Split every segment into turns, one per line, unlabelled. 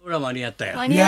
ほら間に合ったよ。
間
ギ
に
い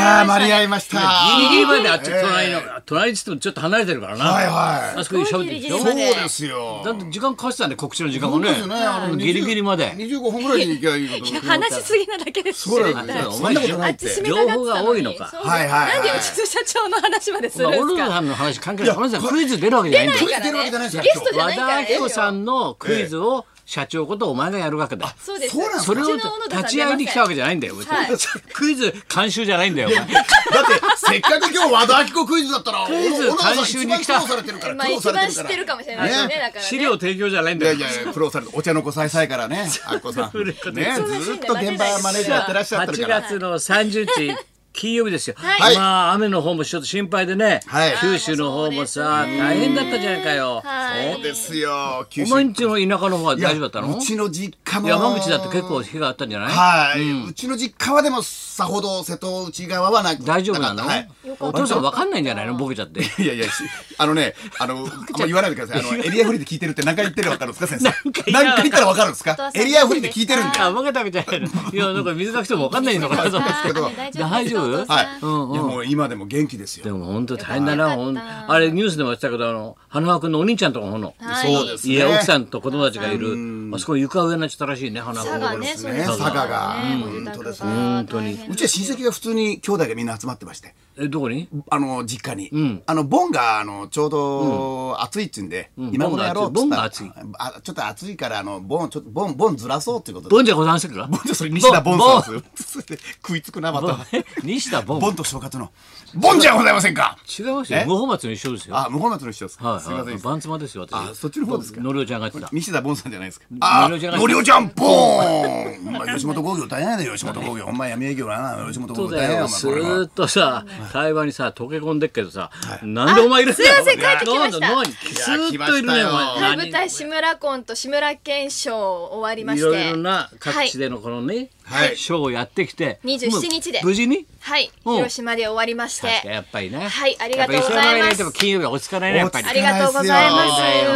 合いました
や
ね
ー、間に合いました。
リギリまであっち
ええ
隣の、隣っつってもちょっと離れてるからな。
はいはい
あそこで喋ってるでしょ。
す
そ
ごい
う
ギリギリ
ですよ。
だって時間かかってたんで告知の時間も
本当
ね
ですよねあの
ギリギリまで
20 25分ぐらいに行けばいいこと
いや話しすぎなだけです
そうなん
絶対
ですよ。
お
そ
前
んなことないっ
あっち
て。
締めたがってた
情報が多いのか
そう
はいはいはい
なんでうちの社長の話までするん
まあ
で
小
す
野
か
さんの話関係ない小野さんクイズ出るわけじゃないんだ
出
よ
ないからねわけじゃないですから
ゲストじゃな
和
いから
田アキ子さんのクイズを社長ことお前がやるわけだよ
そうです
そうなんです
それを
うちの小野田さん
立ち会いに来たわけじゃないんだよ別に
はい
クイズ監修じゃないんだよお前
だって、せっかく今日和田アキ子クイズだったら、
イズ
小野田さん
監修に来た
一番苦労されてるから、
まあ
苦労
一
されて
番
る
知
か
っ
ら。
てるかもしれないですね
ね
だからね
資料提供じゃないん
い
だ
や
よ
いやいや、苦労されて、お茶の子さいさいからね、アッコさん。ね、ずーっと現場マネージャーやってらっしゃってる
8
から。
月の30日金曜日ですよ、
はい
まあ雨の方もちょっと心配でね、
はい
九州の方もさ、
あーそうですね
大変だったじゃないかよ、
はい
そうですよ、九
お
州。
前んちの田舎の方は大丈夫だった
いや
の
うちの実家も。
山口だって結構。火があったんじゃない
はい、うちの実家はでも、さほど瀬戸内側はなく
大丈夫な
か
の、
ったはい
お父さんわかんないんじゃないのボケちゃって。
いやいや、しあのね、あの、あんま言わないでください。あの、エリアフリーで聞いてるって何回言ってるかわかるんですか、先生。
何
何
回言っ
回言ったたらわかるんですかエリアフリーで聞いてるんで。
あ、ボケたみたいな。いや、なんか水かくてもわかんないのかなと思って
け ど
大丈夫
はい。
はい
いや、もう今でも元気です
で
よ。
も本当大変だな、ほん
よかった
あれニュースでも言ってたけど、あの、花輪君のお兄ちゃんとかほんの。
はい
そうですね。
いや、奥さんと子供たちがいる。あそこ床上になっちゃったらしいね、花輪
佐賀
君。
ね
そ
そう
う
で
で
よ
すすね
ね
佐賀が
ね
うん
ご自宅
本当です
が
本当に
うちは親戚が普通に兄弟がみんな集まってまして。
え、どこに
あの実家に、あのボンがあのちょうど暑いっつうんで、今頃やろうっつったら
ボンが暑い
あちょっと暑いからあのボンちょっとボンボンずらそうっていうことで
ボンじゃござんせんか
ボンそれ西田ボン さんですよ食いつくなま
ボン
た
西田ボン。
ボンと正月のボンじゃございませんか
違いますよ。
え
無法松の一緒ですよ。
あ、向こうのとの人ですか。
はい
すみませ
はい。
ん。
バンツマですよ、私。
あそっちの方ですか
のりおちゃんがやってた。
西田ボンさんじゃないですか。
のりおじゃない
のりおちゃん、ボーン。お前吉本興業大変だよ、吉本興業。お前闇営業だな、吉本
そ
興
う
業
だ
大変だ
よ
よ、
ず
お前これ
ー
は。
っとさ会話にさ溶け込んでっけどさ、なんでお前いるんだ
あすいません帰ってきました
何スーッといるねお前
はい
何
舞台志村コンと志村けん賞終わりま
い
して
ろいろな各地でのこのね、
はい
ショーをやってきて
27日で
もう無事に
はい
うん
広島で終わりまし
確かに
て
やっぱりね
はいありがとうございます
やっぱり忙がなと金曜日は落ち着かないねやっぱり
ありがとうございま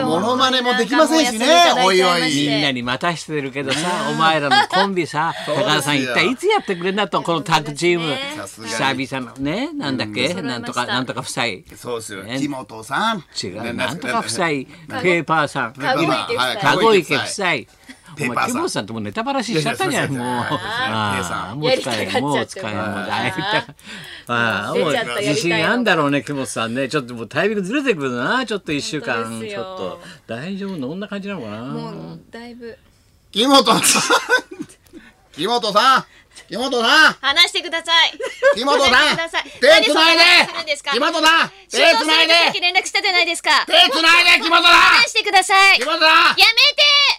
す
モノマネもできませんしねおいおい
みんな
に
に待たしてるけどさ、お前らのコンビさ、高田さん一体いつやってくれんだと、このタッグチーム。
さすがに
久々のね、なんだっけ、
うん
なんと
揃
か、
いました
なんとか夫妻。違
そうですよ。
ね
木本さん。
う、なんとか夫妻、ペーパーさん。
かごいけ夫妻
かご池夫妻。お
ペ
前
ーパーさん
木本さんともうネタバラシしちゃったじゃん、
い
も
や
う。
いやそうですね
ああ、もう
やり
使
たがっちゃ
え、
って
もう使え、もうだいぶ使え。ああ、もう
出ちゃったやりたいの
自信あんだろうね、木本さんね、ちょっともうタイミングずれてくるな、ちょっと一週
本
間、
当です
ち
よ
ょっと。大丈夫の、どんな感じなのかな。
もうだいぶ
木本さん。木本さん。木本さん。
話してくださ い
木本さん
話してください
手
なんでそん
繋いで
な話するんですか
木本さん手
仕事
繋いです
る時連絡したじゃないですか
手つないで、木本さん。
話してください
木
や
本さ
め。
ん
て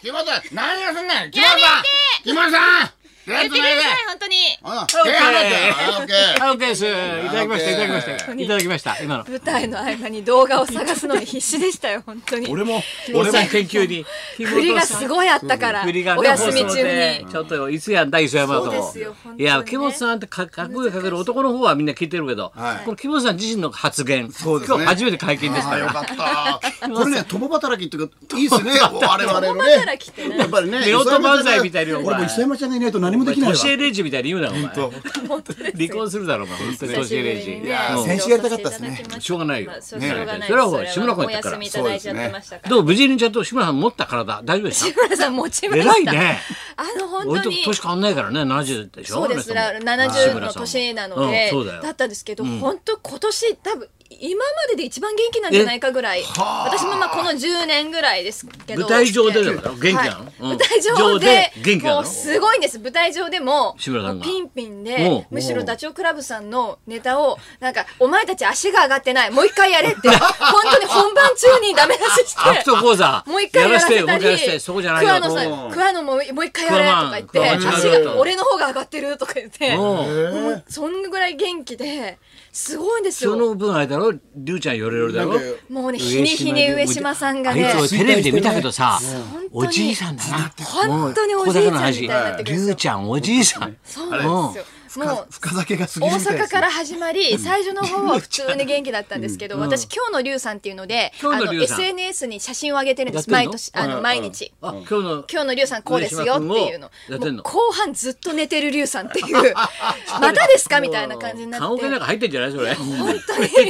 木本さん。何をすんねん。木
や
本
め
さん
て。
木本さん。
言
手
っ
つ
てくだ
な
さ
い
い
で。
本当に
うん
オッ
手
ケ
離せ。
ー
あオッケー。
あ、オッケーです。いただきました、いただきました、いただきました、今の。
舞台の合間に動画を探すのに必死でし たよ本当に
俺も
俺
俺
も
も
研究に。
振りがすごいあったから、
振りがね
お休み
放送
中
で
に
ちょっといつやんだ磯山と
そうですよ本当に
い
ね
や木本さんってかかっこよくかける男の方はみんな聞いてるけど、
はい
この木本さん自身の発言、
そうですね
今日初めて会見です
あ
か
あよ
ら
かったこれね共働きっていうかいいで すね我々の
共働きってね
ねやっぱりね
夫婦漫才みたいにお前
俺も磯山ちゃんがいないと何もできないわ
年上レイジみたいに言うなお前
と
離婚するだろうが本当に年上レイジ
いやー
もう
先週やりたかったですね
しょうがないよ
まあしょう
ね
がないです
それはほ
それ
ら
は
志村君やったから
お休みいただいちゃってましたから
どう無事にちゃんと志村さん持った体大丈夫でし
志
た
村さん持ちまし
偉
た
いね
あの
俺
本当
と
に
年変わんないからね70でしょ
そうです
あの人も志村
70の
さんも
年なので、
うんそうだよ
だったんですけど、本当今年多分今までで一番元気なんじゃないかぐらい私もまあこの10年ぐらいですけど
舞台上でだから元気なの
はい
うん
舞台
上
上
で
で
元気なの
もうすごいんです舞台上でも
志村さんが
もうピンピン
おう
でむしろダチョウ倶楽部さんのネタをなんか「お前たち足が上がってないもう一回やれ」 って本当に本番中にダメ出しして
アクト講座
もう一回やらせ
よもう
た
一回やら
り
せてそうじゃない
桑
よ
野さ
もうん
桑野ももう一回やれとか言っ
桑
て
野
足
桑野
が俺の方が上がってるとか言って
うん
もうそんぐらい元気ですごいんです
そ
よ
の分あれだだろりゅうちゃんよれよれだろ
なんで
もうね日に日に上島さんがね
あいつ俺テレビで見たけどさ、
ね
おじいさんだな
本当におじいちゃんみたいになってくる
り
んです
ゅ
よ
うちゃんおじいさん
そうなんですよもう
深酒が過ぎ
大
るみたいで
阪
すね
から始まり最初の方は普通に元気だったんですけど私今日の龍さんっていうのであ
今日の
の
龍さん
SNS に写真を上げてるんです
やってんの
毎年あの毎日
あ今日の
今日の龍さんこうですよっていうの
上島君をやってんの
もう後半ずっと寝てる龍さん っていうまたですかみたいな感じにな
棺
って
桶なんか入ってんじゃないそれ本
当に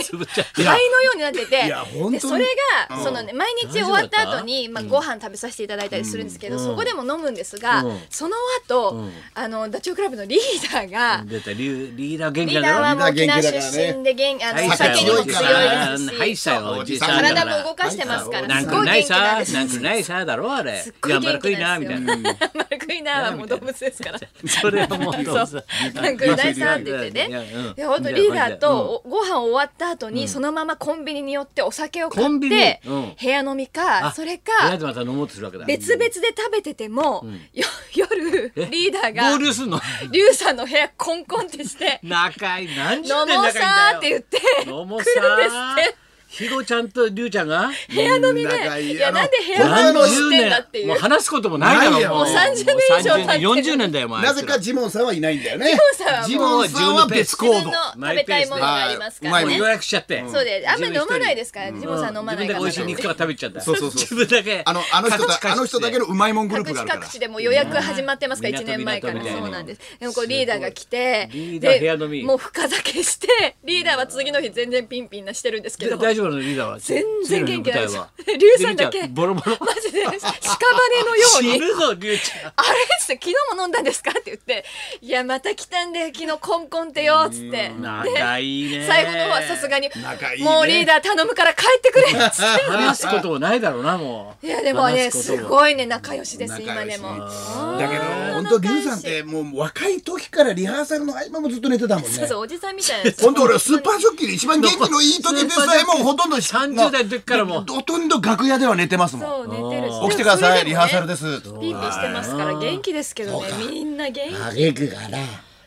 潰っちゃって
灰のようになって
いや
て
本当に
でそれがそのね毎日終わった後にまあご飯食べさせていただいたりするんですけどそこでも飲むんですが
うん
その後
うん
あのダチョウ倶楽部のリーダーが
出たリュリーダー元
リ
気
ー
なん
ダー
だろ
はもう沖縄出身で元あのお酒にも強い
は
で
い
すし
さよおじいさんだから
体も動かしてますか
な
ら
ん
すご
か
い
ない
元気な
さ
んです
なんかないさだろあれ
すっご
いや
い
丸
元
く
気
いな
なん
み
で
た
すよ
いな
丸くいなはもう動物ですから
それはもうどうぞ
なんか大さんって言ってねいや本当リーダーとおご飯終わった後にそのままコンビニに寄ってお酒を
コ
買
ン
っ
ビニ
て
うん
部屋飲み
あ
かそれ
とりあえ
か
ずまた飲もうとするわけだ
別々で食べててもよ夜
え
リーダー
合
が
流すんの
龍さんの部屋コンコンってして
仲いい何
「
時
飲も
点で仲いいんだ
うさ」
よ
って言って
飲
来
もう
るんです
さ
って。
ひごちゃんとりゅうちゃんが
部屋飲みで、
仲いい
いや
あの
なんで部屋飲みをしてんだってい
も
う
う。話すこともないだ
な
ろ
いよ
もう
もう
30年以上経ってる
40年だよお前
なぜかジモンさんはいないんだよね
ジ
ジ
モ
モ
ン
ン
さん
さん
はも
は
う
別
自
行
分
動
の食べたいものがありますから
はい
ね
う
予。約しちゃって
そうで、あんまり飲まないですすから、ジモンさん飲まな
自分だ
いか
け
ら。
美味しい肉とか食べちゃった
そうそうそう
自分だけ
あのあの人
各地
だあの人だけのうまいもんグルー
各
プがあ
地
るから
各地でもう予約始まってますから、
うん
1年前から。
港みたいな
そうなんです。でもこうリーダーが来て、
リーダー部屋飲み
でもう深酒して、リーダーは次の日全然ピンピンなしてるんですけ
で
ど。
大丈夫なのリーダーは
全然元気ないです
次の舞台は。
リュウさんだけ
りゅうちゃボロボロ
マジで屍のように
死ぬぞりゅうちゃん
あれっつって昨日も飲んだんですかって言って「いやまた来たんで昨日コンコンってよ」っつって
仲いいね
最後の方はさすがに
仲いいね
もうリーダー頼むから帰ってくれ」っつっ
話すこともないだろうなもう
ていやでもね
話すこ
す
とも
ごいね仲良しです今でも
仲良し
あー
だけど本当
仲
リ
良し
ュウさんってもう若い時からリハーサルの合間もずっと寝てたもん
そう
ね
そうおじさんみたいな
本当俺スーパージョッキーで一番元気のいい時でさえもうほとんど
30代の時からもう
ほとんど楽屋では寝てますも
そ
ん
う寝てるし
起きてください、リハーサル
で
で
も
す
それでもねピーピーしてますから元気ですけどねみんな元気
げくがな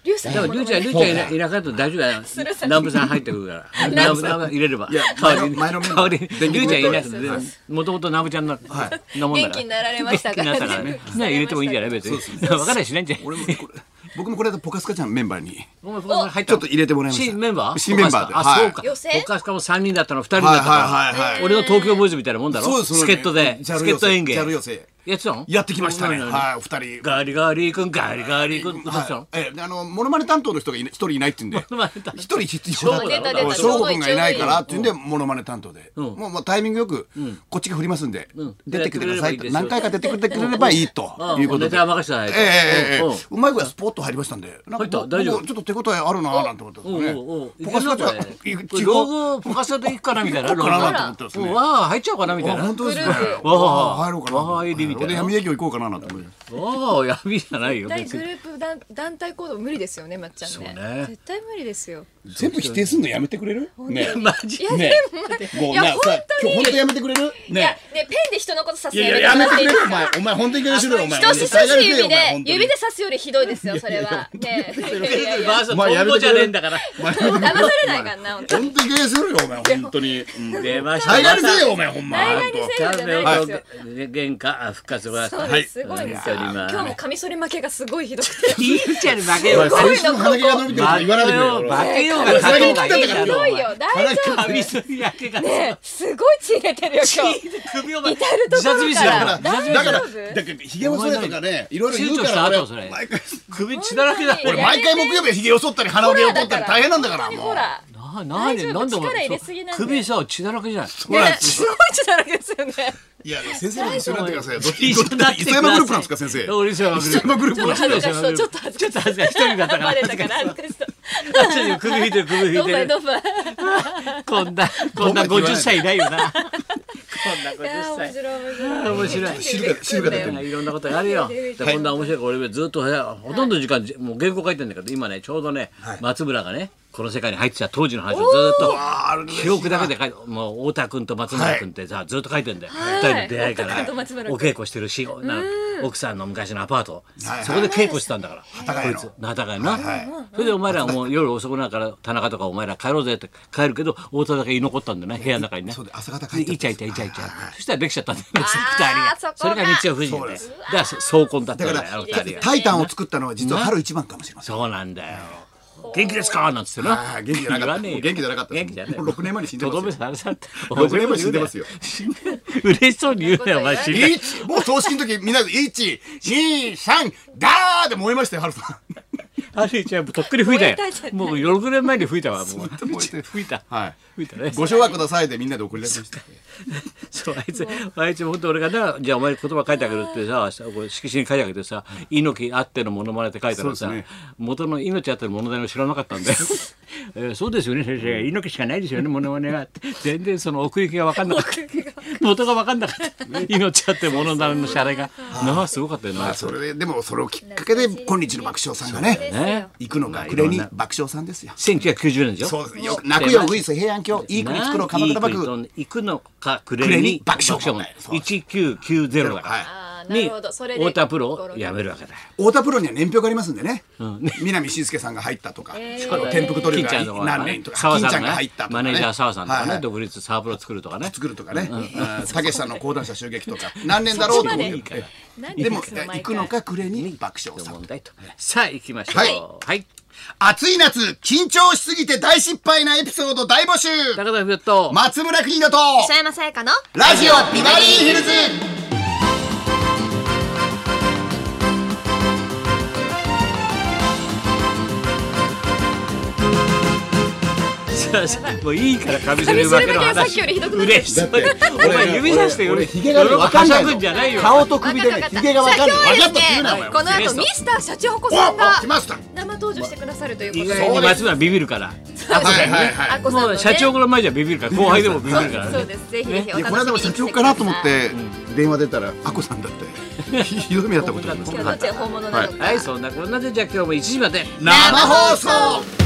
リュウさん
でも
も
りゅうちゃんりゅうちゃんいないなかったら大丈夫だよ南部さん入ってくる から南部さん入れれば
いや
代わりに
前の前の
代わりに
電
りゅ
気
うちゃんいない
ブ
ー
ともともと南部ちゃんののもんだ
元
から
気になられましたから
元気になったからねね入れてもいいんじゃない別に 分からないしないんじゃない
俺もこれ僕もこれポカスカちゃんのメンバーに
ごめんごめん入った
ちょっと入れてもらいました
新メンバー
新メンバーで
あ、
はい
そうか
予選
他しかも3人だったの2人だった
はい
か
は
ら、
いはいはい
俺の東京ボーイズみたいなもんだろ
そうです
助っ人で
ジャル
助っ人演芸
ジャル寄せ
やってたの
やってきましたね
ごめん
はいお二人
ガリガリ君ガリガリ君どうしたの、
ええあのモノマネ担当の人がいない一人いないって言うんで
ノマネ担当
一人必要だ
出た
っ
出
た
た
翔吾君がいないからっていうんでモノマネ担当で
ん
もうもうタイミングよくこっちが振りますんで
ん
出てきてくださいって
やって
何
くれればいいですよ
回か出てくれてくれればいいということ
ネ
で
タは任せたら
え
い
え
い
ええええ
うんうん
うまい具合スポッと入りましたんでなんか
入った
僕
大丈夫
ちょっと手応えあるななんてことです
お
ね
うおうおう
ポカスカちゃん
いけ
違
る
う
ぞこれ老後ポカスカで行くかなみたいな
行こうかななんて思ってますね
老後わあ入っちゃおうかなみたい
あ
な
本当ですね
グルー
プ
わあ入ろうかな
わあ入りみたいな
俺闇営業行こうかななんて思って
わあ闇じゃないよ
絶
別
対グル
に
ープ団団体行動無理ですよね、まっちゃんね。
そうね
絶対無理ですよ。
全部否定すんのやめてくれるね
マジ
いや、
ね
でも待って、
も
いうや、
な
本
さ
当に。
今日本当やめてくれる
いや
ね、
ね、ペンで人のことさす
い
の
やいややめてくれるお前お前本当に許しろよお前
人差し指で、指
で
で刺すよりひどいですよ、それは。ねえ、いやいやいや
バースト
お前
ト
や
ン
め
ボ
て
じ
く
ゃ
れ
ねえんだから
本
騙されないからな、本当に。
当に許しろよお前本当にうん
出ました
大概にせえよお前ほんま
大概にせえ
キャ
よ
ン
じゃ
ベル
ないですよ。
と原価あ復活は
そう
は
で
い
す、すごいです
や
よ。
りま
今
す
日もカミソリ負けがすごいひどくて。
いいじゃん負けよ
お
う
前
が
すごいな
先週の鼻毛が伸びてるから
負けようが勝とうがいいだ
ひ
言わないでくれよ俺先に来たんだから
ど
ろ
いよ、大丈夫。
髪すり焼けが
ねえ、すごい血出てるよ、今日。
首を前
至るところから
自殺未遂だから
だから
大
だから
丈夫
だからひげを剃れとかねいろいろ言うか
躊躇した後
ら俺
それ
毎回
首血だらけだ
俺
俺毎回木曜日はひげを剃ったり鼻を毛を取ったり大変なんだから
本当に
も
ほ
う
ら。
ななんで
大丈夫
なんでお前
力入れすぎなんで
首さ血だらけじゃない
ほら
ね、すごい血だらけですよね。
いや先生も一緒になってくださいよどっち
一緒になってください
磯山グループなんですか先生
俺磯山グループ
磯山グルー
ち
プ
ょっ
な
と
んです
恥ず
か
かしそう、ちょっと恥ずかしそう。
ちょっと恥ずかしい一人だったから
バレたから恥ずかしそう。
ちょっと首引いてる首引い
ドン
て
バイ
る
ドンバイ。
こんなこんな50歳いないよなこん
い
な
やー
50
面
歳
白い面白い。
面白い
汁が汁が出てる
いろんなことがあるよ。でこんな面白いから俺ずっとほとんど時間もう原稿書いてんだけど今ねちょうどね
はい
松村がねこの世界に入ってきた当時の話をずーっと
あー
記憶だけで書いてもう太田君と松村君ってさ、ずっと書いてんだよ、二人の出会いか
太田君と松
ら
村君
お稽古してるしなんか奥さんの昔のアパート
はいはい
そこで稽古してたんだから
幡ヶ
こ
谷
い
の
つなたがやな、
はいはい
それでお前らもう夜遅くなるから田中とかお前ら帰ろうぜって帰るけど太田だけ居残ったんだよね部屋の中にね
そうだ朝方帰っちゃった
でイチャイチャイチャイチ
はいはいは
ャ
い
そしたらできちゃったんだよね
あー
二人が
そこが
れが日曜夫人
そう
で
です
だから総婚だった
だ
ん
か
だよあの
ら
二人が
タイタンを作ったのは実は春一番かもしれません。
そうなんだよ。元気ですかなんつって
あ
な。
あ元気じゃなか
言
った
わねえよ
元気じゃなかった
元気じゃない。
もう六年前に死んでます
と
よ
どめされちゃった。
六年前に死んでますよ
死んで。嬉しそうに言うなよ、お前死んで。
一もう葬式の時みんなで一二三ダーで燃えましたよ春さ
あるちゃんとっくり吹いたよ
燃えたじゃ。ない
もう6年前に吹いたわ、もう。
ん。燃えて
吹いた。
たはい。
吹いたね。
ご唱和くださいでみんなで送り出しました。
そうあいつあいつ本当俺がなじゃあお前に言葉書いてあげるってささこれ色紙に書いてあげてさ「猪木あってのモノマネ」って書いたらさ、
そうですね
元の猪木あってのモノマネを知らなかったんだよ。えーそうですよね先生猪木しかないですよねモノマネはって全然その奥行きが分かんなかった元が分かんなかった猪木あってモノマネの支払いがなあすごかったよな。
あそれででもそれをきっかけで今日の爆笑さんがね
ね
行くのが暮れに爆笑さんですよ。
1990年でしょ
そうですよ。泣くよウイス平安京いい国作ろう鎌倉幕府。
いい国と行くのかくれに爆笑
爆笑問題
1990だから、
はい
あーな
に
るほどそれで
太田プロを辞めるわけだよ。
太田プロには年表がありますんでね。南信介さんが入ったとか、あの天福トリ
金
オ
ちゃん
が
の
何年とか、
澤
金ち
さ
ゃ
ん
んが
が
入
ね
ったとか
マ
ね。
ネージャー澤さんとか
はいは
ね
い
独立サープロ作るとかね。
作るとかね、 うんたけしさんの講談社襲撃とか、何年だろうと思
そっ
っ
ちまで
て。
なんで
でも、
その毎回
行くのか暮れに爆笑さん
問。題と。さあ行きましょう。
はい
はい。
暑い夏、緊張しすぎて大失敗なエピソード大募集
高田文夫と。
松村邦乃と、
磯山さやかの
ラジオビバリーヒルズ
さあさあもういいからカミソリ負けの
カミ
話。
ソリ負けがさっきよりひどくない
嬉しそうに。お前指さしてよ。
俺ヒゲがね
喜ぶ
わかんない
はし
の
ゃぐんじゃないよ。
顔と首で
わ
ね
かっ、た
ヒゲがわかんない。わ
さ
か
あ今日は
っ
で
たって
す
言うな、お
ね
前。
この後ミスターシャチホコさんが
お来ました
生登場してくださるというこ
意
と
外に
で
松村ビビるから。
そうです
はいはいはい
あこさん
も
の
う
ね
社長の前じゃビビるから後輩でもビビるからね
そう。ですぜひぜひお
いやこの間も
楽しみ
社
にしてください
長かなと思って電話出たら「あこさんだ」 ってひどい目やったことあります
今日どっちが本物なのか
はい、そんなこんなで、じゃあ今日も1時まで。
生放送